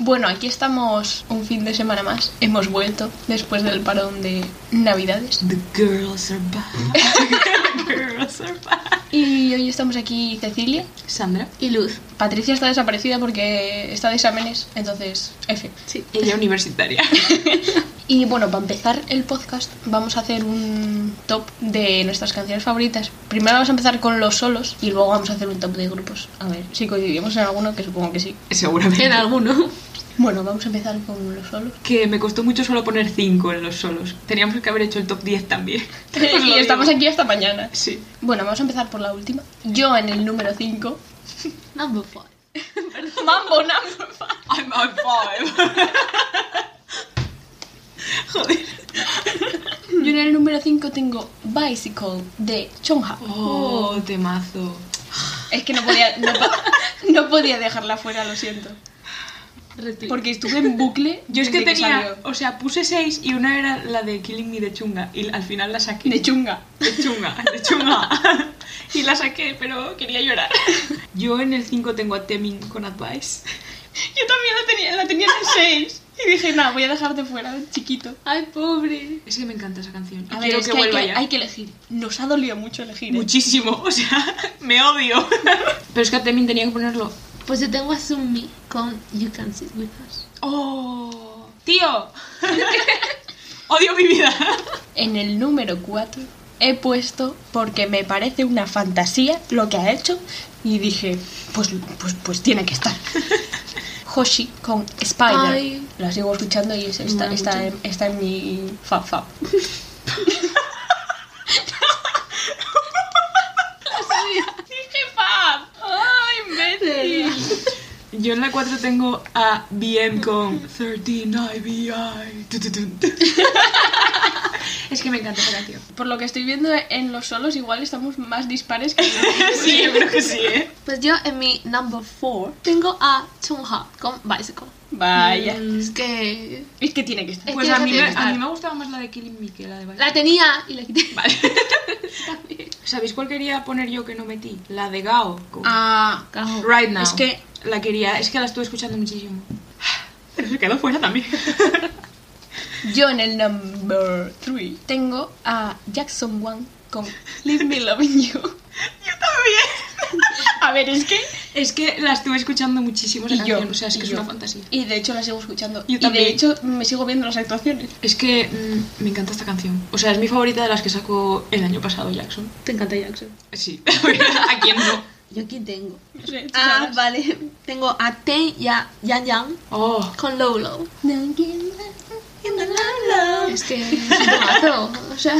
Bueno, aquí estamos un fin de semana más. Hemos vuelto después del parón de Navidades. The girls are back. The girls are back. Y hoy estamos aquí Cecilia Sandra. y Luz. Patricia está desaparecida porque está de exámenes, entonces F. Sí, ella universitaria. Y bueno, para empezar el podcast vamos a hacer un top de nuestras canciones favoritas. Primero vamos a empezar con los solos y luego vamos a hacer un top de grupos. A ver si coincidimos en alguno, que supongo que sí. Seguramente. En alguno. Bueno, vamos a empezar con los solos. Que me costó mucho solo poner 5 en los solos. Teníamos que haber hecho el top 10 también. Os Pues lo y digo. estamos aquí hasta mañana. Sí. Bueno, vamos a empezar por la última. Yo en el número 5. Number five. Mambo number five. I'm on five. Joder. Yo en el número 5 tengo Bicycle de Chonha. Oh, temazo. Es que no podía, no, po- no podía dejarla fuera, lo siento. Retweet. Porque estuve en bucle. Yo es que desde tenía, salió. o sea, puse 6 y una era la de Killing Me de Chunga y al final la saqué. De chunga. De chunga, de chunga. Y la saqué, pero quería llorar. Yo en el 5 tengo a Temin con Advice. Yo también la tenía, la tenía en el 6. Y dije, nada, voy a dejarte fuera, chiquito. Ay, pobre. Es que me encanta esa canción. Y A ver, quiero es que, que, hay vuelva que, ya. hay que elegir. Nos ha dolido mucho elegir. ¿eh? Muchísimo, o sea, me odio. Pero es que a Temin tenía que ponerlo. Pues yo tengo a Sumi con You Can Sit With Us. ¡Oh! ¡Tío! odio mi vida. En el número 4 he puesto porque me parece una fantasía lo que ha hecho y dije, pues, pues, pues tiene que estar. Hoshi con Spider. Ay. La sigo escuchando y es- está, mola está, mucho. en, está en mi fab fab. Dije fab. Ay, imbécil. Yo en la 4 tengo a BM con 13IBI. Tu, tu, tu. Es que me encanta esa canción. Por lo que estoy viendo en los solos, igual estamos más dispares que Sí, yo creo que sí, ¿eh? Pues yo en mi number four tengo a Chungha con Bicycle. Vaya. Mm, Es que Es que tiene que estar. Es Pues que a esa mí, me, tiene que a mí estar. me gustaba más la de Killing Me que la de Vice. la tenía y la quité. Vale. ¿Sabéis cuál quería poner yo que no metí? La de Gao. con Ah, Cajo. Right Now. Es que- La quería, es que la estuve escuchando muchísimo. Pero se quedó fuera también. yo en el number 3 tengo a Jackson Wang con Leave Me Loving You. yo también. A ver, es que. Es que la estuve escuchando muchísimo esa Y yo, canción. o sea, es y que es yo. una fantasía. Y de hecho la sigo escuchando. Yo y también. de hecho me sigo viendo las actuaciones. Es que mm, me encanta esta canción. O sea, es mi favorita de las que sacó el año pasado Jackson. Te encanta Jackson. Sí. ¿A quién no? Yo aquí tengo. No sé, tú Ah, sabes. vale. Tengo a Ten y a Yan Yang Oh. con Low Low. Don't give up in the love. Es que es un temazo. O sea,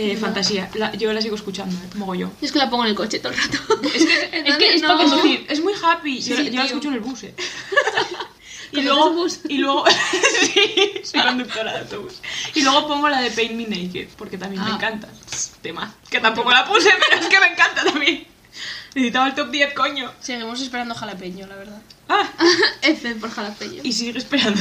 Eh, fantasía. La- yo la sigo escuchando, eh, mogollón. yo es que la pongo en el coche todo el rato. Es que, Entonces, que es no. pa' que Es se decir, es muy happy. yo, la- sí, yo la tío. escucho en el bus, eh. Y Conduces luego, bus. y luego sí, soy conductora de autobús. Y luego pongo la de Paint Me Naked, porque también me Ah. encanta. Tema. Que tampoco la puse, pero es que me encanta también. Necesitaba el top 10, coño. Seguimos esperando jalapeño, la verdad. Ah, F por jalapeño. y sigue esperando.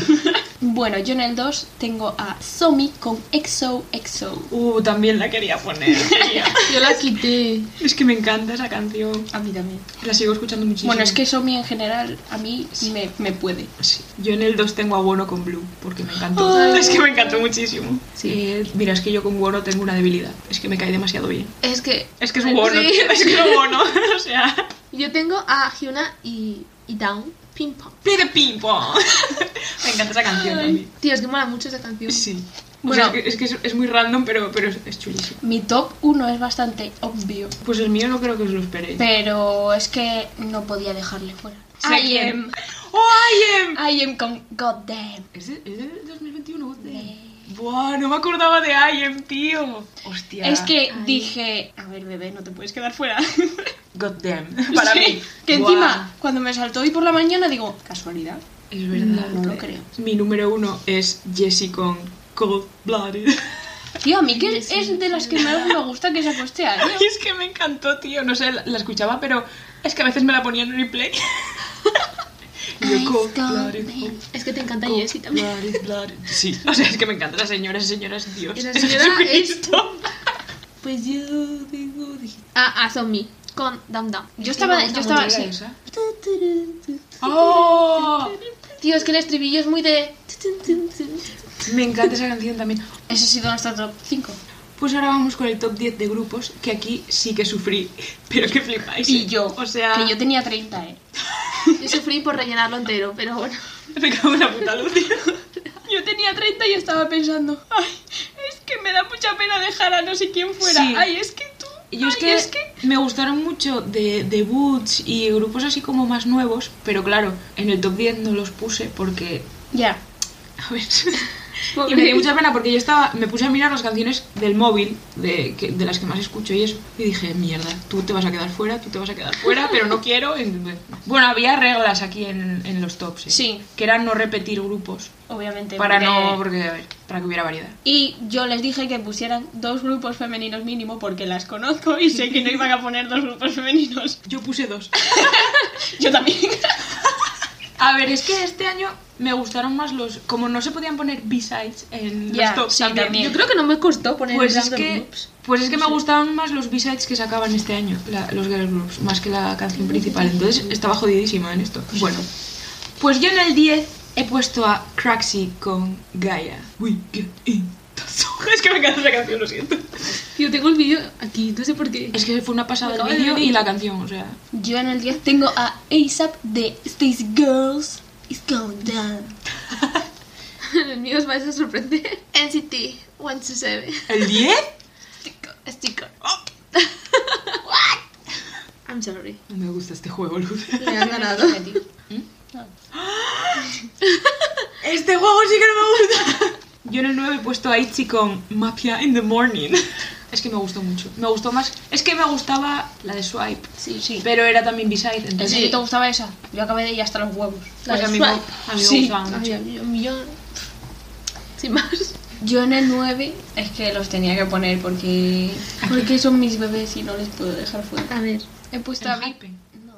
Bueno, yo en el 2 tengo a Somi con EXO EXO. Uh, también la quería poner. quería. Yo la quité. Es que me encanta esa canción. A mí también. La sigo escuchando muchísimo. Bueno, es que Somi en general a mí me, me puede. Sí. Yo en el 2 tengo a Bono con Blue, porque me encantó. Ay. Es que me encantó muchísimo. Sí. Eh, mira, es que yo con Bono tengo una debilidad. Es que me cae demasiado bien. Es que. Es que es un Bono, Sí. tío, es que es un Bono. o sea, Yo tengo a Hyuna y, y Down Ping Pong. play the ping pong. me encanta esa canción también. Tío, es que mola mucho esa canción. Sí. Bueno. Bueno, es que es, es muy random, pero, pero es, es chulísimo. Mi top 1 es bastante obvio. Pues el mío no creo que os lo esperéis. Pero es que no podía dejarle fuera. Sé I quién. am. ¡Oh, I am! I am con goddamn. ¿Es, de- es del 2021? Sí. Buah, no me acordaba de I am, tío. Hostia. Es que Ay. dije, a ver, bebé, no te puedes quedar fuera. God damn. Para Sí, mí. Que Buah. encima, cuando me saltó hoy por la mañana, digo, casualidad. Es verdad. No lo creo. Mi número uno es Jessie con Cold Blooded. Tío, a mí que Sí, sí. es de las que más me gusta que se acueste a Y es que me encantó, tío. No sé, la, la escuchaba, pero es que a veces me la ponía en replay. Y yo, Cold Blooded. Cold Es que te encanta Jessie también. Blooded, blooded. Sí, o sea, es que me encanta. La señora, esa señora es Dios. Y la Es señora es- Jesucristo. Pues yo digo. A, a Ah, Zombie con Dam Dam. Yo estaba- Me gusta yo estaba- mucho. sí. ¡Oh! Tío, es que el estribillo es muy de... Me encanta esa canción también. Ese ha sido nuestro top 5. Pues ahora vamos con el top 10 de grupos, que aquí sí que sufrí, pero que flipáis. Y yo, O sea, que yo tenía 30, ¿eh? Yo sufrí por rellenarlo entero, pero bueno. me cago en la puta Lucia. Yo tenía 30 y estaba pensando, ay, es que me da mucha pena dejar a no sé quién fuera. Sí. Ay, es que tú. Yo es ay, que, me gustaron mucho de debuts y grupos así como más nuevos, pero claro, en el top 10 no los puse porque... Ya. A ver... Y me dio mucha pena porque yo estaba, me puse a mirar las canciones del móvil, de, que- de las que más escucho y eso, y dije, mierda, tú te vas a quedar fuera, tú te vas a quedar fuera, pero no quiero. entonces- Bueno, había reglas aquí en, en los tops, ¿eh? Sí. que eran no repetir grupos, Obviamente. para porque- no, porque, a ver, para que hubiera variedad. Y yo les dije que pusieran dos grupos femeninos mínimo porque las conozco y sé que no iban a poner dos grupos femeninos. Yo puse dos. Yo también. A ver, es que este año me gustaron más los, como no se podían poner B-sides en Ya, los tops, sí, también. Yo creo que no me costó poner Pues el es, random que, groups. pues es que me gustaban más los B-sides que sacaban este año, la- los girl groups, más que la canción principal. Entonces estaba jodidísima en esto. Bueno, pues yo en el 10 he puesto a Craxy con Gaia. We get in the zone. Es que me encanta esa canción, lo siento. Yo tengo el vídeo aquí, no sé por qué. Es que fue una pasada Me acabo el de vídeo venir. y la canción, o sea. Yo en el 10 tengo a ASAP de Stacy Girls is going down. el mío os vais a sorprender. NCT 127. ¿El 10? Sticker. Sticker. Oh. I'm sorry. No me gusta este juego, Luz. Me han ganado. Este juego sí que no me gusta. Yo en el 9 he puesto a Itzy con Mafia in the Morning. Es que me gustó mucho. Me gustó más. Es que me gustaba la de Swipe. Sí, sí. Pero era también B-side, ¿En entonces. serio te gustaba esa? Yo acabé de ir hasta los huevos. La Pues de a mí, me- Swipe. a mí me Sí. gustaba mucho. Ay, a mí- a mí yo- Sin más. Yo en el 9 es que los tenía que poner porque porque son mis bebés y no les puedo dejar fuera. A ver. He puesto a ¡Ah! Big No.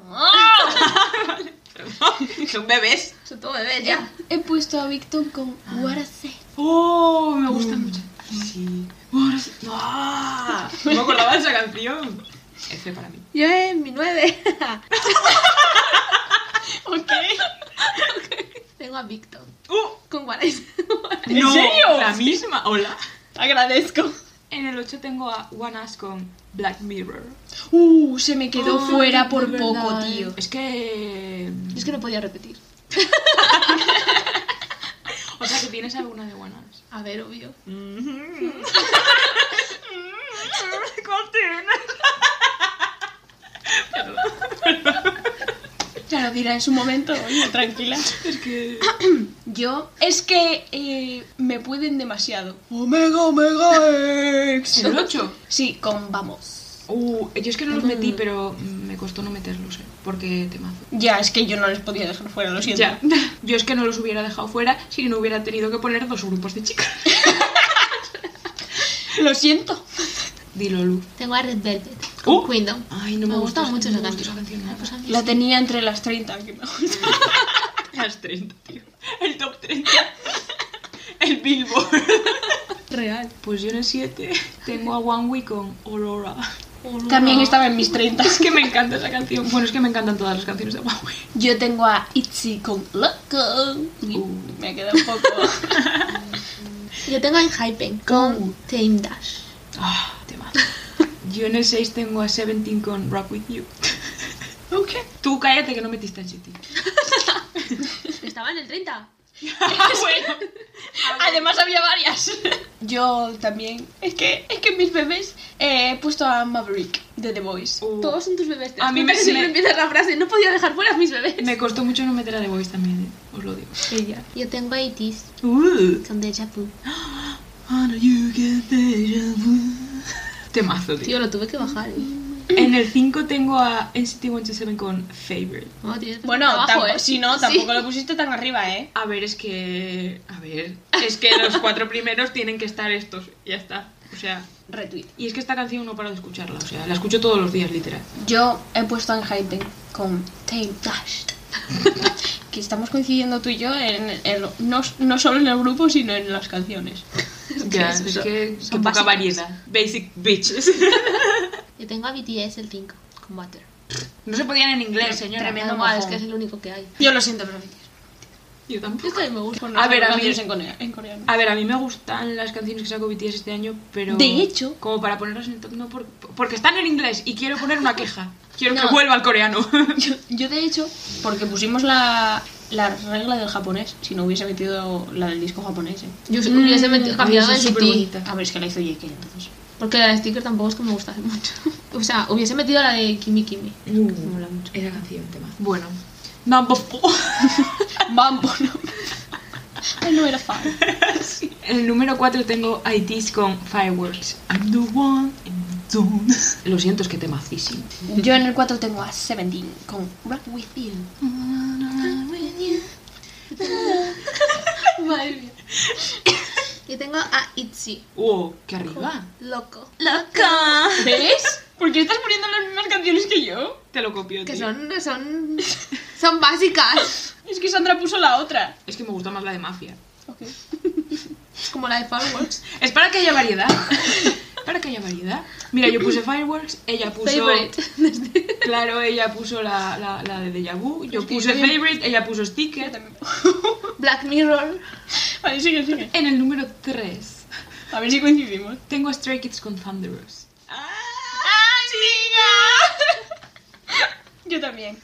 Son bebés. Son todo bebés ya. He puesto a Victon con What a Set. Oh, me gusta mucho. Oh, Sí. Ahora sí. Ah, no me acordaba de esa canción. F para mí. Yo en mi 9. Ok. Tengo a Victor. Uh, Con Guarais. ¿En no, serio? La misma. Hola. Agradezco. En el 8 tengo a One Ass con Black Mirror. Uh, se me quedó Ay, fuera de por poco, verdad. tío. Es que. es que no podía repetir. O sea, que tienes alguna de One Ass. A ver, obvio. Mm-hmm. Ya lo dirá en su momento, oye, tranquila. Es que. Yo, es que eh, me pueden demasiado. Omega, omega X. ¿El 8? Sí, con vamos. Uh, yo es que no los metí, pero mm, me costó no meterlos, eh, porque temazo. Ya, es que yo no les podía dejar fuera, lo siento. Ya. Yo es que no los hubiera dejado fuera si no hubiera tenido que poner dos grupos de chicas. Lo siento. Dilo, Luz. Tengo a Red Velvet. Uh. Con Queendom. Ay, no me me, gusta gusta mucho no esa me gusta canción. esa canción. nada. La tenía entre las 30, que me gusta. Las 30, tío. El top 30. El Billboard. Real. Pues yo en el 7 tengo a One Week con Aurora. También Oh, estaba en mis 30. Es que me encanta esa canción. Bueno, es que me encantan todas las canciones de One Week. Yo tengo a Itzy con Loco. Uy, Uh. Me queda un poco. Yo tengo en Hypen con Tame Dash. Ah, temazo. Yo en el 6 tengo a Seventeen con Rock With You. ok. Tú cállate que no metiste en City. Estaba en el 30. bueno. Además había varias. Yo también. Es que, es que mis bebés eh, he puesto a Maverick de The Voice. Uh, Todos son tus bebés. A mí me- siempre me- empiezas la frase. No podía dejar fuera a mis bebés. Me costó mucho no meter a The Voice también, eh, os lo digo. Ella. Yo tengo a Itis Uh, con Deja Vu. you get deja vu. Temazo, tío. Tío, lo tuve que bajar. Mm. eh. En el 5 tengo a NCT 127 con Favorite. No, tío, Bueno, trabajo, tampo- ¿eh? si no, tampoco Sí. lo pusiste tan arriba, ¿eh? A ver, es que. A ver. Es que los cuatro primeros tienen que estar estos. Ya está. O sea. Retweet. Y es que esta canción no paro de escucharla. O sea, la escucho todos los días, literal. Yo he puesto en hype con Tail Dash. que estamos coincidiendo tú y yo en el- no, no solo en el grupo, sino en las canciones. Ya, es es eso. que. Son que poca básicas. variedad. Basic bitches. Yo tengo a BTS el 5 con Water. No se podían en inglés, señora. Tremendo Da igual, mojón. es que es el único que hay. Yo lo siento, pero Yo Yo tampoco. también me gustan A ver, a mí- canciones en, conea- en coreano. A ver, a mí me gustan las canciones que sacó BTS este año, pero... De hecho- Como para ponerlas en el top, no, por- porque están en inglés y quiero poner una queja. Quiero No. que vuelva al coreano. Yo, yo, de hecho, porque pusimos la, la regla del japonés, si no hubiese metido la del disco japonés. ¿eh? Yo Mm, hubiese metido, cambiado hubiese en sido City. superbonita. A ver, es que la hizo JK entonces. Porque la de Sticker tampoco es que me gustase mucho. O sea, hubiese metido la de Kimi Kimi. Uh. Me mola mucho. Esa canción, tema. Bueno. Number four. Mambo, no. Ay, no era fan. En el número 4 tengo ITs con Fireworks. I'm the one in the zone. Lo siento, es que temacísimo. Yo en el 4 tengo a Seventeen con Rock With You. Madre mía. Y tengo a Itzy. Wow, qué arriba. Loco. Loca. ¿Ves? ¿Por qué estás poniendo las mismas canciones que yo? Te lo copio, Que tío. son, son, son básicas. Es que Sandra puso la otra. Es que me gusta más la de Mafia. Ok. Como la de Fireworks. Es para que haya variedad. para que haya variedad. Mira, yo puse Fireworks, ella puso... Favorite. Desde- Claro, ella puso la, la, la de Deja Vu, yo Es que puse yo también- Favorite, ella puso Yo Sticker. también. Black Mirror. Vale, sigue, sigue. En el número 3 A ver si coincidimos. tengo a Stray Kids con Thunderous. Yo también.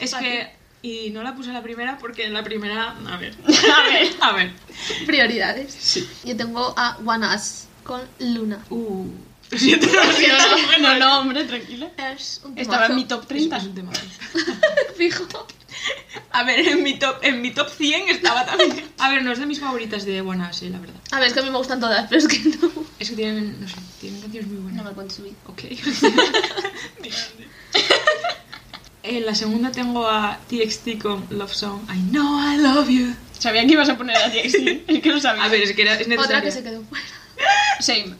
Es que... Y no la puse en la primera porque en la primera... A ver. A ver. A ver. Prioridades. Yo tengo a One Us con Luna. Uh. Lo siento, lo siento. No, no, no, hombre, tranquila. Es un Estaba en mi temazo. top 30. Es un tema. Fijo. A ver, en mi top, en mi top 100 estaba también. A ver, no es de mis favoritas de Buenas, eh, la verdad. A ver, es que a mí me gustan todas, pero es que no. Es que tienen, no sé, tienen canciones muy buenas. No me cuentes subir. Ok. en la segunda tengo a TXT con Love Song. I know I love you. Sabía que ibas a poner a TXT. Es que lo sabía. A ver, es que era, es necesario. Otra que se quedó fuera. Same.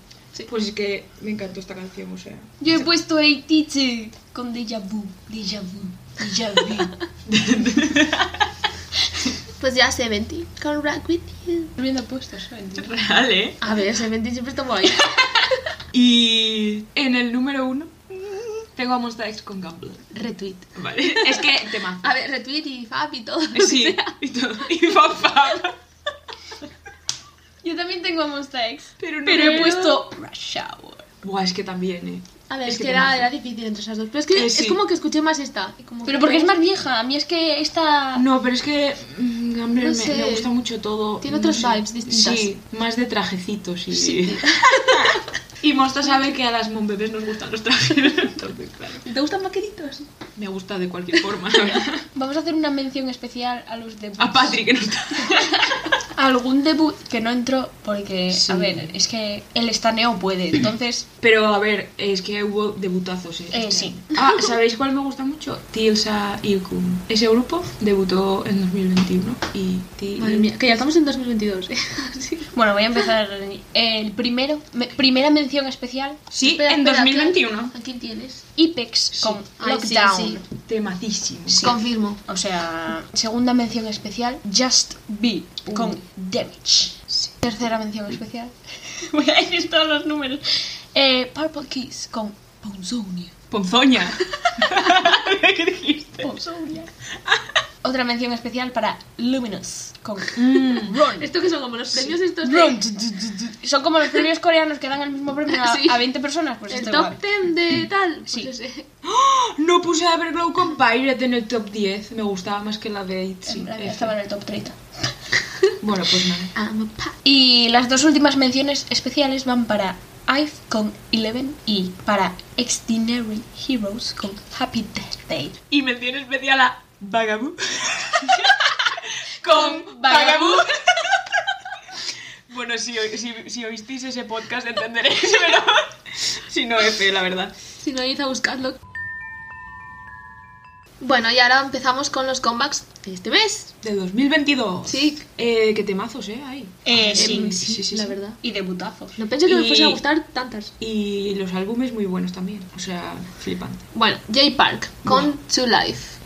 Pues es que me encantó esta canción, o sea. Yo he puesto Hey Teacher con Deja Vu, Deja Vu, Deja Vu. Pues ya Seventy con Rock With You. Viendo puestos, ¿sabes? Real, ¿eh? A ver, Seventy siempre estamos ahí. Y en el número uno mm, tengo a Monster X con Gambler. Retweet. Vale. Es que tema. A ver, retweet y fab y todo. Sí, y todo. Y papá. Yo también tengo a Monsta X. Pero no Pero he era. puesto Rush Hour. Buah, es que también, eh. A ver, Es es que que era, temazo. era difícil entre esas dos. Pero es que Eh, es sí. como que escuché más esta. y como Pero que- porque es más vieja. A mí es que esta. No, pero es que mm, Gambler No me- sé. me, gusta mucho todo. Tiene no otras sé. vibes distintas. Sí, más de trajecitos y. y Mosta sabe que a las monbebés nos gustan los trajes. Entonces, claro. ¿Te gustan vaqueritos? Me gusta de cualquier forma. la verdad. Vamos a hacer una mención especial a los debuts. a Patrick que no está. Algún debut que no entró porque, Sí. a ver, es que el estaneo puede. Entonces, Pero a ver, es que hubo debutazos. Eh, Eh, sí. año. Ah, ¿sabéis cuál me gusta mucho? Tilsa Ilkun. Ese grupo debutó en 2021 y. Til- Madre mía, que ya estamos en 2022. ¿eh? Sí. bueno, voy a empezar el primero. me- primera mención especial: Sí, Espera, en espera, 2021. ¿A quién tienes? Ipex con Ay, sí, Lockdown. sí. Temacísimo. Confirmo. O sea, segunda mención especial, Just Be con Uh. Damage. Tercera mención especial, voy a decir todos los números. Eh, Purple Kiss con Ponzonia. Ponzoña. ¿Qué dijiste? Ponzonia. Otra mención especial para Luminous con Run. ¿Esto que son como los premios estos de- Run. Son como los premios coreanos que dan el mismo premio a, Sí. a 20 personas, pues El esto top igual. 10 de tal. Pues Sí. yo sé. No puse Everglow con Pirate en el top 10. Me gustaba más que la de Itzy. La F. mía estaba en el top 30. Bueno, pues nada. I'm a pa- Y las dos últimas menciones especiales van para IVE con Eleven y para Extraordinary Heroes con Happy Death Day. Y mención especial a Vagabu. con Con Vagabu. Vagabu. bueno, si, oi- si- si oísteis ese podcast entenderéis, pero... si no, F, la verdad. Si no ido a buscarlo. Bueno, y ahora empezamos con los comebacks de este mes. Del 2022. Sí, Eh, qué temazos, ¿eh? Hay. Eh, Em, sí, sí. Eh, sí, sí, la sí. verdad. Y debutazos. No pensé que me Y- fuese a gustar tantas. Y los álbumes muy buenos también. O sea, flipante. Bueno, Jay Park con To Life.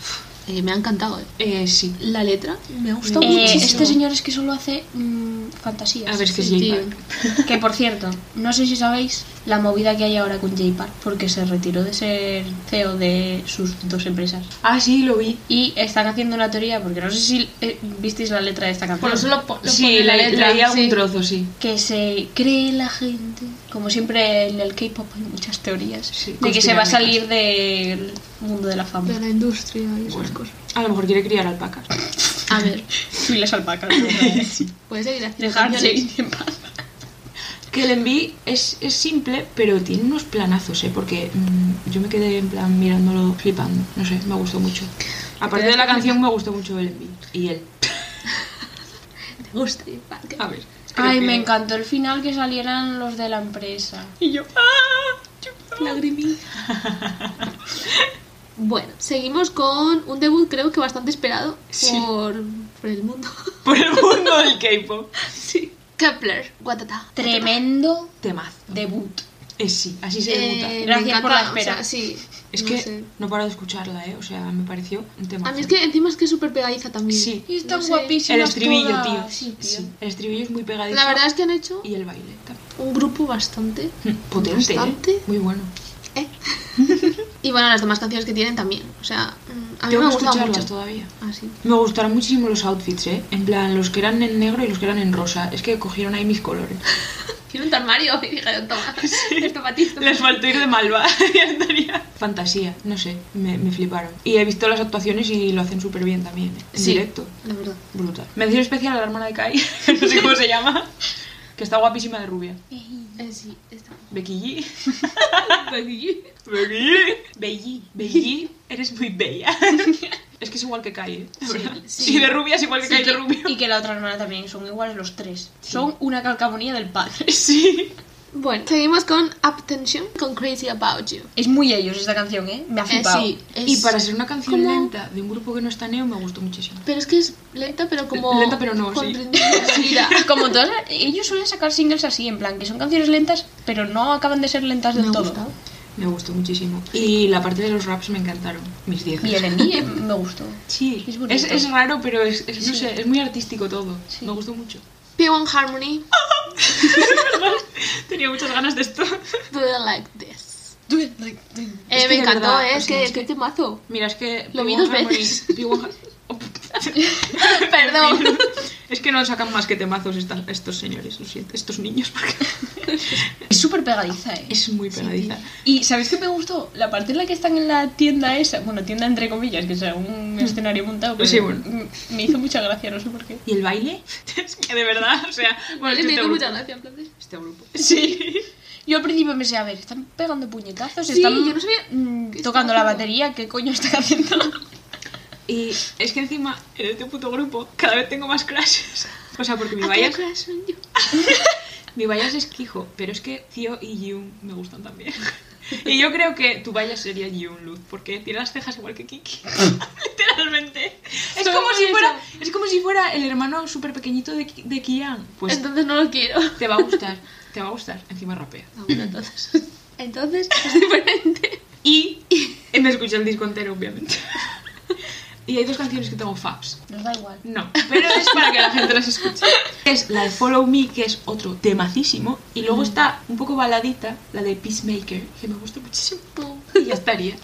Eh, me ha encantado, eh. Eh, sí. La letra me ha gustado Eh, muchísimo. este señor es que solo hace mm, fantasías. A ver, es que es Sí, J tío. Balvin. Que por cierto, no sé si sabéis la movida que hay ahora con J Park, porque se retiró de ser CEO de sus dos empresas. Ah, sí, lo vi. Y están haciendo una teoría, porque no sé si eh, visteis la letra de esta canción. Por eso lo, po- lo pone Sí, en la le- letra. leía sí. un trozo, sí. que se cree la gente, como siempre en el K-pop hay muchas teorías, Sí, de que se va a conspiranoicas. salir del mundo de la fama. De la industria y Bueno, esas cosas. Pues, a lo mejor quiere criar alpacas. A ver, Y las alpacas. ¿no? puedes seguir haciendo Dejar canciones. Jade en paz. Que el enví es, es simple, pero tiene unos planazos, ¿eh? Porque mm, yo me quedé en plan mirándolo, flipando. No sé, me gustó mucho. Aparte de la canción, me gustó mucho el enví. Y él. Te gusta Jade Parker. A ver. creo Ay, que- me encantó el final que salieran los de la empresa. Y yo. ¡Ah! Yo- Lagrimilla. Bueno, seguimos con un debut creo que bastante esperado Sí. por, por el mundo. Por el mundo del K-pop. sí. Kepler, Guatata. Tremendo Temaz. debut. Eh, sí, así se debuta. Eh, me Gracias por la encanta, o espera. sea, sí, Es no que sé. no paro de escucharla, ¿eh? O sea, me pareció un tema. A mí es que encima es que es súper pegadiza también. Sí. Y están No sé. guapísimas El estribillo, todas. tío. Sí, tío. Sí, El estribillo es muy pegadizo. La verdad es que han hecho Y el baile también. un grupo bastante. Potente. ¿eh? Bastante. Muy bueno. ¿eh? y bueno, las demás canciones que tienen también. O sea, mm, a Tengo mí me que ha gustado escucharlas mucho. Ah, todavía. Así. Me gustaron muchísimo los outfits, ¿eh? En plan, los que eran en negro y los que eran en rosa. Es que cogieron ahí mis colores. Tiene un armario y dijeron, toma, esto para ti. esto pa' ti. faltó ir de malva. Ya estaría. Fantasía, no sé, me, me fliparon. Y he visto las actuaciones y lo hacen súper bien también, ¿eh? en Sí, directo. La verdad. Brutal. Mención especial a la hermana de Kai, no sé cómo se llama, que está guapísima de rubia. Eh, sí, está. Becky G. Becky G. Belli. Belli, eres muy bella. es que es igual que Kai, ¿eh? La verdad. sí. Si de rubia es igual que Sí, Kai de que- rubio. y que la otra hermana también, son iguales los tres. Son una calcamonía del padre. Sí. Bueno, seguimos con Attention con Crazy About You. Es muy ellos esta canción, ¿eh? Me ha Eh, flipado. sí, es- Y para ser una canción como- lenta de un grupo que no está neo, me gustó muchísimo. Pero es que es lenta, pero como. Lenta, pero no, con sí. ritmo de vida. Como todas, ellos suelen sacar singles así, en plan, que son canciones lentas, pero no acaban de ser lentas Me del ha todo. gustado. Me gustó muchísimo. Y la parte de los raps me encantaron. Mis 10. Y el en mí eh, me gustó. Sí, Es bonito. es, es raro, pero es, es- no sé, es muy artístico todo. Me gustó mucho. P1 Harmony, Tenía muchas ganas de esto. Do It Like This. Eh, Es que me de encantó, verdad, ¿eh? o Es sea, que, es qué que- temazo. Mira, es que. Lo vi Big dos One Harmony- veces. Big One Har- Oh, Perdón. es que no sacan más que temazos esta- estos señores, lo siento, estos niños, porque Es súper pegadiza, ¿eh? es muy pegadiza. Y ¿sabéis qué me gustó? La parte en la que están en la tienda esa, bueno, tienda entre comillas, que es un escenario montado, pero Sí, bueno. m- me hizo mucha gracia, no sé por qué. ¿Y el baile? Es que de verdad, o sea, bueno, es Le que tengo este mucha grupo, gracia, en plan de- este grupo. Sí. Yo al principio pensé, a ver, están pegando puñetazos, Sí, están yo no sabía mm, qué tocando la estaba haciendo. batería, ¿qué coño están haciendo? Y es que encima, en este puto grupo, cada vez tengo más crashes. O sea, porque mi I bias, can crash on you. mi bias es Kijo, pero es que Zio y Yoon me gustan también. Y yo creo que tu bias sería Yoon Luz, porque tiene las cejas igual que Kiki. Literalmente. Es Soy como, si esa. fuera, es como si fuera el hermano súper pequeñito de, Ki- de Kian. Pues Entonces no lo quiero. te va a gustar, te va a gustar. Encima rapea. Ah, bueno, entonces. Entonces es diferente. Y eh, me escuché el disco entero, obviamente. Y hay dos canciones que tengo faps. Nos da igual. No, pero es para que la gente las escuche. Es la de Follow Me, que es otro temacísimo. Y luego está un poco baladita, la de Peacemaker, que me gusta muchísimo. Y ya estaría.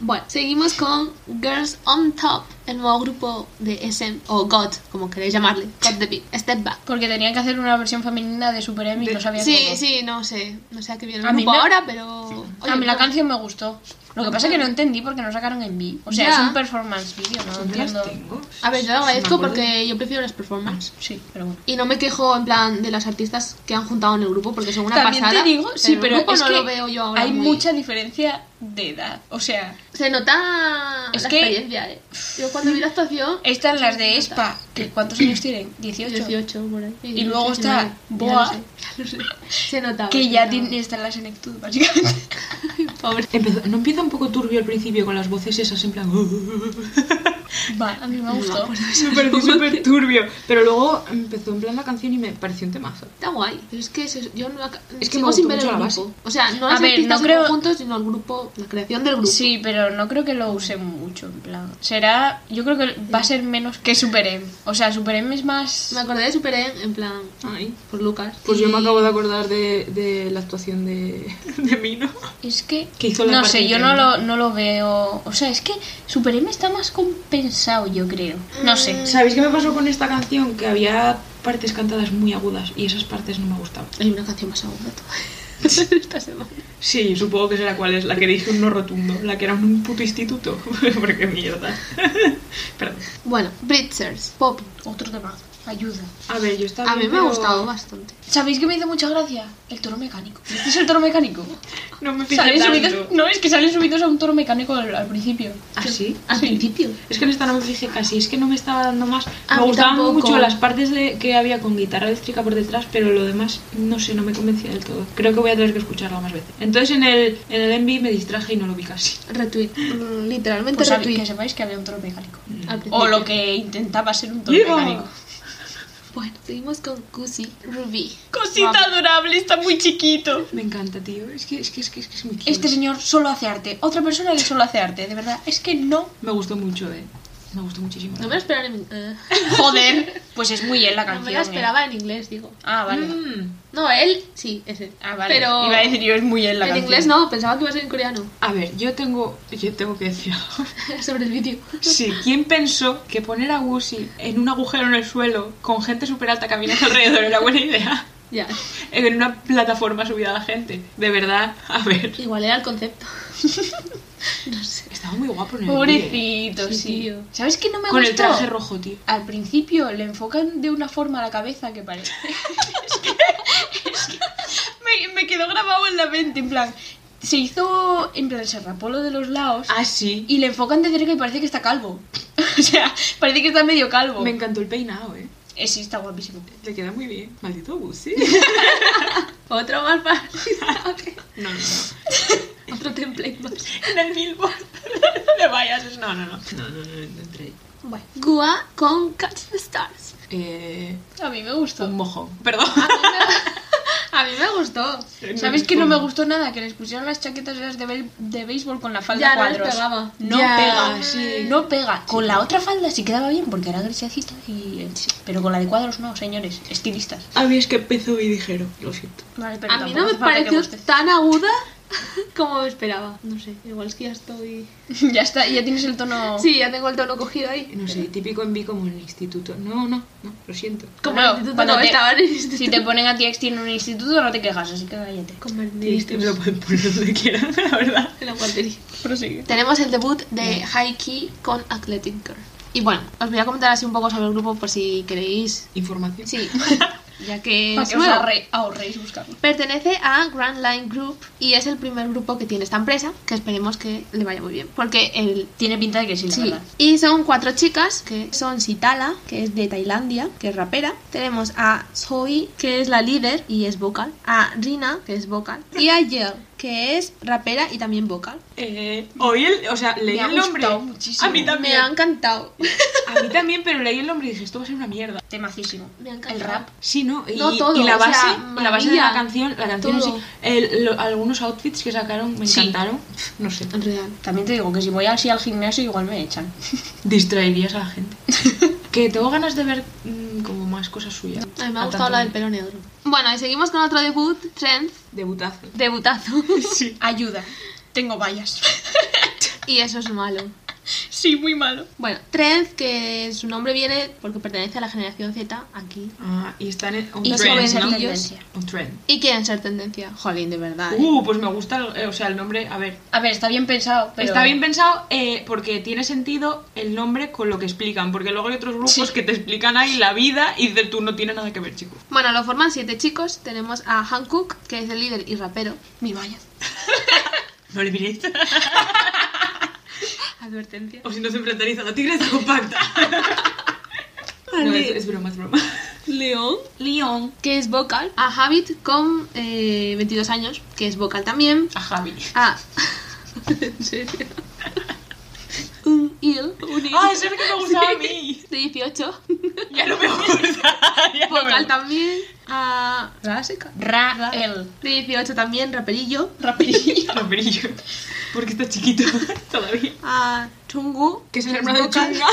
Bueno, seguimos con Girls on Top, el nuevo grupo de SM, o God, como queréis llamarle, God the Big, Step Back. Porque tenían que hacer una versión femenina de Super M y De- no sabía Sí, cómo. sí, no sé, no sé a qué viene A el mí grupo no- ahora, pero... Oye, a mí la no. canción me gustó. Lo que pasa es que no entendí porque no sacaron en B. O sea, Ya. es un performance video, no ¿Dónde las entiendo. tengo? A ver, yo lo Me agradezco acuerdo. porque yo prefiero las performances. Sí, pero bueno. Y no me quejo en plan de las artistas que han juntado en el grupo porque son una También pasada. te digo, sí, el pero grupo es no que lo veo yo ahora. hay muy- mucha diferencia de edad. O sea, Se nota Es la que- Eh, experiencia, ¿eh? Yo cuando vi la actuación. están las de ESPA, que ¿cuántos años tienen? 18. 18, por ahí. Y luego está 19, Boa. ya lo sé, ya lo sé. Se notaba. Que se ya notaba. tiene, está en la senectud, básicamente. Pobre. Empezó- ¿No empieza un poco turbio al principio con las voces esas en plan... Vale, a mí me gustó. Me pareció súper turbio. Pero luego empezó en plan la canción y me pareció un temazo. Está guay, pero es que se- yo no ac- Es que sigo me sin gustó ver el mucho la grupo. base. O sea, no A las ver, artistas no en creo- conjunto, sino el grupo, la creación del grupo. Sí, pero no creo que lo use mucho, en plan. Será. Yo creo que va a ser menos que Super M. O sea, Super M es más. Me acordé de Super M, en plan, Ay. por Lucas. Pues yo Y- me acabo de acordar de, de la actuación de, de Mino. Es que. Que hizo la no parte sé, de yo no Emma. lo, no lo veo. O sea, es que Super M está más compensado, yo creo. No sé. ¿Sabéis qué me pasó con esta canción? Que había partes cantadas muy agudas y esas partes no me gustaban. Hay una canción más aguda todavía esta semana. Sí, supongo que será cuál es, la que dije un no rotundo, la que era un puto instituto. Porque mierda. Perdón. Bueno, Blitzers, Pop. Otro tema. Ayuda. A ver, yo estaba. A mí bien, me ha pero gustado bastante. ¿Sabéis qué me hizo mucha gracia? El toro mecánico. ¿Este es el toro mecánico? No me fijé Salen tanto. subidos, no, es que salen subidos a un toro mecánico al, al principio. ¿Ah, sí? Al principio. Es que en esta no me fijé casi, es que no me estaba dando más. A me mí gustaban tampoco. mucho las partes de, que había con guitarra eléctrica por detrás, pero lo demás, no sé, no me convencía del todo. Creo que voy a tener que escucharlo más veces. Entonces en el, en el Envy me distraje y no lo vi casi. Retweet. Mm, Literalmente Pues sabe- retweet. que sepáis que había un toro mecánico. Mm. Al O principio. lo que intentaba ser un toro ¡Viva! mecánico. Bueno, seguimos con Cusi, Ruby. Cosita adorable, está muy chiquito. Me encanta, tío. Es que es, que, es, que, es, que es muy cute. Este señor solo hace arte. Otra persona que solo hace arte. De verdad, es que no. Me gustó mucho, eh. Me gustó muchísimo. No me lo esperaba en, eh, Joder. Pues es muy él la no canción. me lo ¿eh? esperaba en inglés, digo. Ah, vale. Mm. No, él sí, ese. Ah, vale. Pero Iba a decir yo, es muy él la en canción. inglés no, pensaba que iba a ser en coreano. A ver, yo tengo, yo tengo que decir algo. Sobre el vídeo. Sí, ¿quién pensó que poner a Gusi en un agujero en el suelo con gente súper alta caminando alrededor era buena idea? Ya. En una plataforma subida a la gente. De verdad, a ver. Igual era el concepto. no sé. Estaba muy guapo en el vídeo, eh. Pobrecito, sí. Sí, tío. ¿Sabes qué no me Con gustó? el traje rojo, tío. Al principio le enfocan de una forma a la cabeza que parece. es que, es que me, me quedó grabado en la mente, en plan. Se hizo, en plan, se rapó lo de los lados Ah, sí. y le enfocan de cerca y parece que está calvo. o sea, parece que está medio calvo. Me encantó el peinado, eh. Eh, sí, está guapísimo. Le queda muy bien. Maldito Gusi. Otro más para No, no, no. Otro template más. En el billboard. No le vayas. No, no, no. No, no, no, no entré. Bueno. Gua con Catch the Stars. Eh, A mí me un gustó. mojón. Perdón. A mí me gustó. ¿Sabes que no me gustó nada? Que les pusieron las chaquetas esas de, bel- de béisbol con la falda Ya, a no les cuadros. pegaba. No Ya, pega. sí. No pega. Con la otra falda sí quedaba bien porque era grisecita y... Pero con la de cuadros no, señores. Estilistas. A mí es que empezó y dijeron. Lo siento. Vale, pero A mí tampoco no me hace falta que pareció guste. tan aguda como me esperaba. No sé, igual es que ya estoy... ya está, ya tienes el tono. Sí, ya tengo el tono cogido ahí. No sé, típico en mí como en el instituto. No, no, no. Lo siento. Como Claro, el instituto, cuando no, te- estaba en el instituto. Si te ponen a ti Exti en un instituto, no te quejas, así que cállate. Con Triste, me lo Mercedes. pueden poner donde quieran, la verdad. En la guardería. Prosigue. Tenemos el debut de Haiki con Athletic Girl. Y bueno, os voy a comentar así un poco sobre el grupo por si queréis. Información. Sí, ya que Para es Eh, que os nuevo. ahorre- ahorréis buscarlo. Pertenece a Grand Line Group y es el primer grupo que tiene esta empresa, que esperemos que le vaya muy bien, porque el Tiene pinta de que sí, la Sí, verdad. y son cuatro chicas que son Sitala, que es de Tailandia, que es rapera. Tenemos a Zoe, que es la líder y es vocal. A Rina, que es vocal. Y a Yeo, que es rapera y también vocal. Eh, oí el, o sea, leí Me ha el nombre. gustado muchísimo. A mí Me también. ha encantado. A mí también, pero leí el nombre y dije, esto va a ser una mierda. Temacísimo. Me ha el encantado. rap. Sí, ¿no? Y, No todo, y la o sea, base, y la base de maravilla, la canción, la canción en sí, todo. el- lo- algunos outfits que sacaron me Sí. encantaron. No sé. Real. También te digo que si voy así al gimnasio, igual me echan. Distraerías a la gente. que tengo ganas de ver mm, como más cosas suyas. A mí me ha A tanto gustado la del nivel. pelo negro. Bueno, y seguimos con otro debut, Trend, Debutazo. debutazo. Sí. Ayuda. Tengo vallas. y eso es malo. sí, muy malo. Bueno, Trend, que su nombre viene porque pertenece a la generación Z, aquí. Ah, y están en un Y trend, jovencillos. ¿no? Un trend. Y quieren ser tendencia. Jolín, de verdad. ¿eh? Uh, pues me gusta, el- eh, o sea, el nombre, a ver, A ver, está bien pensado, pero. Está bien pensado eh, porque tiene sentido el nombre con lo que explican, porque luego hay otros grupos Sí. que te explican ahí la vida y dices tú no tiene nada que ver, chico. Bueno, lo forman siete chicos. Tenemos a Han Cook, que es el líder y rapero. Mi valla. No le miréis. Advertencia. o si no se enfrentaréis a la tigresa compacta. no, es, es broma, es broma. León, Leon. que es vocal. A Habit, con eh, 22 años, que es vocal también. A Javi. A... ¿En serio? Un Il, un il Ah, eso es lo que me gustaba a mí. de 18, Ya no me gusta. ya no me vocal gusta. también, a Raseca, Rael. de 18 también, raperillo, Raperillo. Lo brillo. Porque está chiquito todavía. a Chungu, Que es el hermano de vocal, Chunga.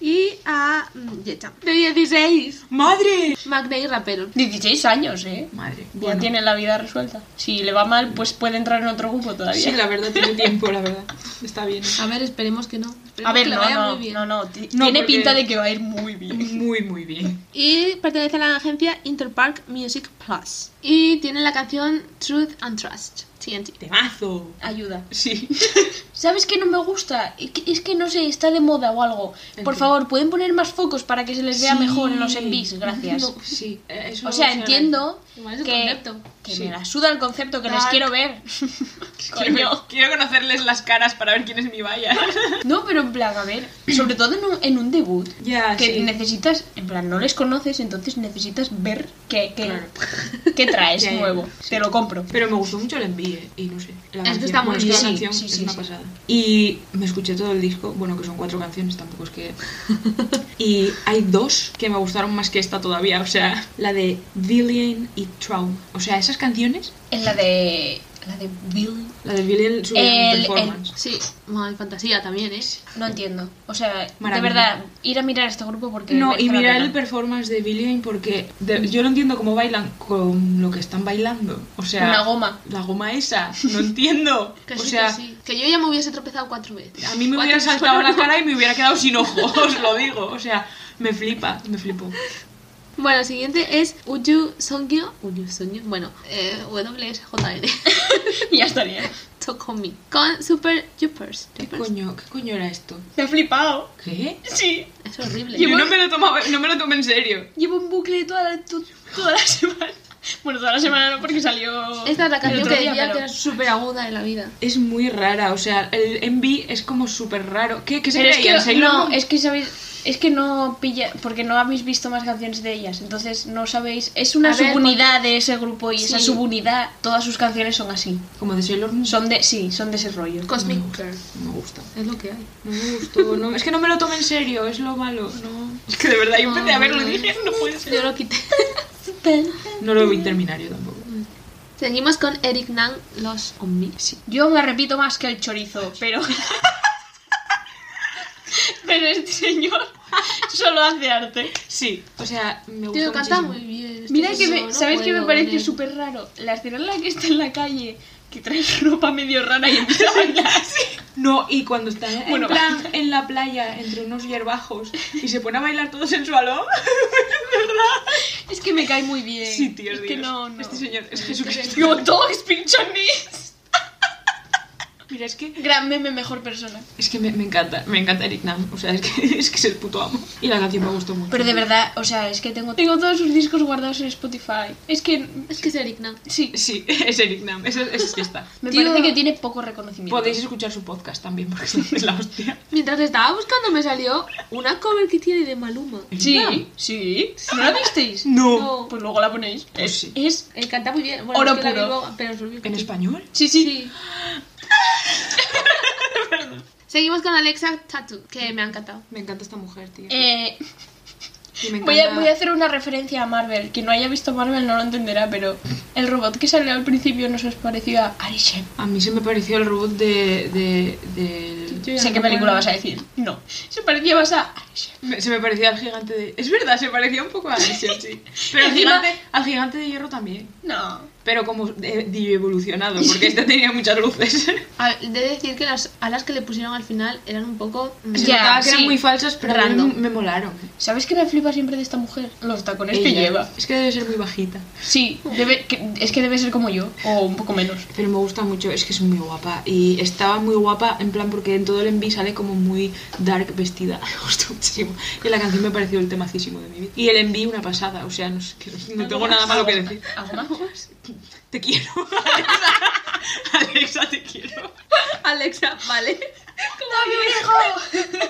y a mm, Yecham. De 16, ¡Madre! McNay rapero. 16 años, ¿eh? Madre. Ya tiene la vida resuelta. Si le va mal, pues puede entrar en otro grupo todavía. Sí, la verdad, tiene tiempo, la verdad. Está bien. A ver, esperemos que no. Esperemos A ver, que le no, vaya no, muy bien. no, no, ti- No, Tiene porque- pinta de que va a ir muy bien. Muy, muy bien. Y pertenece a la agencia Interpark Music Plus. Y tiene la canción Truth and Trust. Siguiente. Temazo. Ayuda. Sí. ¿Sabes qué no me gusta? Es que- Es que no sé, está de moda o algo. ¿El Por qué? favor, ¿pueden poner más focos para que se les vea Sí. mejor en los envis? Gracias. No, sí. eh, eso o sea, se entiendo Igual es el que, concepto. que Sí. me la suda el concepto, que les Dark. quiero ver. Quiero, ver- Coño. quiero conocerles las caras para ver quién es mi valla. No, pero en plan, a ver, sobre todo en un, en un debut. Ya, Que sí. necesitas, en plan, no les conoces, entonces necesitas ver qué, qué, Claro. qué traes Ya, ya, nuevo. sí. Te lo compro. Pero me gustó mucho el envío y no sé. La Es que canción- está muy bueno, es que la bien. canción Sí, sí, es sí, una sí. pasada. Y me escuché todo el disco, bueno, que son cuatro canciones, tampoco es que. y hay dos que me gustaron más que esta todavía, o sea, la de Villain y Traum. O sea, esas canciones, En la de. La de Bill. la de Villain su El- performance. Sí, mal fantasía también, ¿eh? No entiendo. O sea, de Maravilla. verdad, ir a mirar a este grupo porque. No, merece y la mirar pena. el performance de Villain porque de- yo no entiendo cómo bailan con lo que están bailando. O sea, Una goma. La goma esa, no entiendo. Que o sí, sea, que sí. Que yo ya me hubiese tropezado cuatro veces. A mí me Cuatro hubiera saltado solo. la cara y me hubiera quedado sin ojo, os lo digo. O sea, me flipa, me flipo. Bueno, el siguiente es Uyu Songyo. Uyu Songyo. Bueno, eh, WSJN. y ya estaría. Tokomi. Con Super Jupers. ¿Qué coño, qué coño era esto? Me ha flipado. ¿Qué? Sí. Es horrible. Yo no me lo tomaba, no me lo tomé en serio. Llevo un bucle toda la, tu- toda la semana. Bueno, toda la semana no porque salió. Esta es la el canción otro que día, decía pero- que era súper aguda de la vida. Es muy rara, o sea, el envy es como súper raro. ¿Qué, qué se Pero es creían? que, ¿Sailor no, Moon? es que sabéis, es que no pilla, porque no habéis visto más canciones de ellas, entonces no sabéis, es una A ver, subunidad de ese grupo y esa Sí. subunidad, todas sus canciones son así, Como de Sailor Moon. son de, sí, son de ese rollo. Cosmic Girl. No me gusta. Es lo que hay. No me gustó. No, es que no me lo tomé en serio, es lo malo. No. Es que de verdad yo empecé a verlo y dije, no puede Yo ser. lo quité. No lo vi terminar yo tampoco. Seguimos con Eric Nan, Los Omnis. Yo me repito más que el chorizo, pero... pero este señor solo hace arte. Sí, o sea, me Tío, gustó. canta muchísimo. muy bien. Mira Estoy que, me, pensando, Este no ¿sabes qué me puedo parece con él. súper raro? La escena en la que está en la calle, que trae ropa medio rara y empieza a bailar No, y cuando están en, Bueno, plan, en la playa entre unos hierbajos y se pone a bailar todos en su alón. Es que me cae muy bien. Sí, tío, es Dios. que no, no. Este señor es Jesucristo. Yo, dogs, pinch on me. Mira, es que, Gran meme, mejor persona. es que me, me encanta, me encanta Eric Nam. O sea, es que, es que es el puto amo. Y la canción me gustó mucho. Pero de verdad, o sea, es que tengo, tengo todos sus discos guardados en Spotify. Es que, Es que es Eric Nan. sí, Sí, es Eric Nam, es, es que está. me Tío. parece que tiene poco reconocimiento. Podéis escuchar su podcast también porque es la hostia. Mientras estaba buscando me salió una cover que tiene de Maluma. Sí, sí. ¿No la visteis? No. No, Pues luego la ponéis. Pues Es- sí. Es... él canta muy bien. Bueno, Oro es que la puro. vivo, pero es horrible. ¿En español? Sí, sí. Sí. Seguimos con Alexa Tattoo, que me ha encantado. Me encanta esta mujer, tío. Eh, Y me voy, a, encanta- voy a hacer una referencia a Marvel. Quien no haya visto Marvel no lo entenderá, pero el robot que salió al principio nos os pareció a Arishem. A mí se me pareció el robot de... de, del- Sé qué película vas a decir. No. Se parecía más a Arishem. Me- Se me parecía al gigante de... Es verdad, se parecía un poco a Alicia, sí. Pero al Encima- gigante, al gigante de hierro también. No. Pero como eh, evolucionado, porque este tenía muchas luces. A- Ah, He de decir que las alas que le pusieron al final eran un poco... mm, Ya, Notaba que eran sí. muy falsas, pero a mí Random. me molaron. eh. ¿Sabes qué me flipa siempre de esta mujer? Los tacones que Ella. este lleva. Es que debe ser muy bajita. Sí, debe- que- es que debe ser como yo, o un poco menos. Pero me gusta mucho, es que es muy guapa. Y estaba muy guapa, en plan, porque en todo el envi sale como muy dark vestida. Me gustó muchísimo. Y la canción me pareció el temacísimo de mi vida. Y el envi una pasada, o sea, no, sé, que no- no tengo nada malo que decir. ¿Algo más? Te quiero, Alexa. Alexa, te quiero. Alexa, vale. Como mi hijo.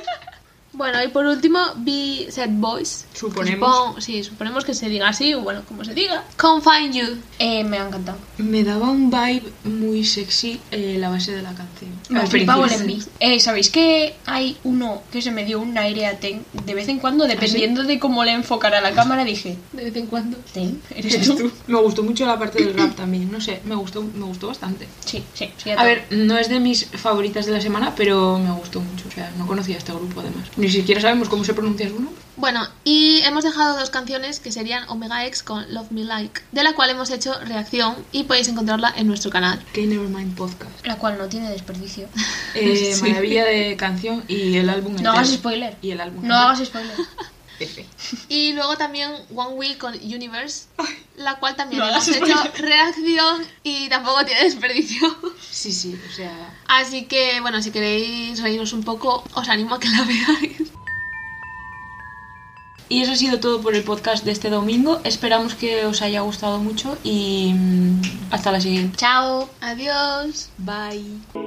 Bueno, y por último, B Set Boys, Suponemos. Supongo- sí, suponemos que se diga así, o bueno, como se diga. Confine You. Eh, me ha encantado. Me daba un vibe muy sexy eh, la base de la canción. Me Al ha flipado el principio. envi. Eh, ¿Sabéis que hay uno que se me dio un aire a Ten de vez en ¿Ah, cuando, dependiendo de cómo le enfocara la cámara? Dije, De vez en cuando. Ten, ¿eres Eres tú? tú. Me gustó mucho la parte del rap también, no sé, me gustó, me gustó bastante. Sí, sí, sí. ya te- A ver, no es de mis favoritas de la semana, pero me gustó mucho. O sea, no conocía este grupo además. Ni siquiera sabemos cómo se pronuncia su nombre. Bueno, y hemos dejado dos canciones que serían Omega X con Love Me Like, de la cual hemos hecho reacción y podéis encontrarla en nuestro canal. Que Nevermind Podcast. La cual no tiene desperdicio. Eh, Sí. Maravilla de canción y el álbum No entero. hagas spoiler. Y el álbum No entero. hagas spoiler. F. Y luego también One Wheel con Universe, la cual también No hemos hagas hecho spoiler. reacción y tampoco tiene desperdicio. Sí, sí, o sea... Así que, bueno, si queréis reíros un poco, os animo a que la veáis. Y eso ha sido todo por el podcast de este domingo. Esperamos que os haya gustado mucho y mm, hasta la siguiente. Chao. Adiós. Bye.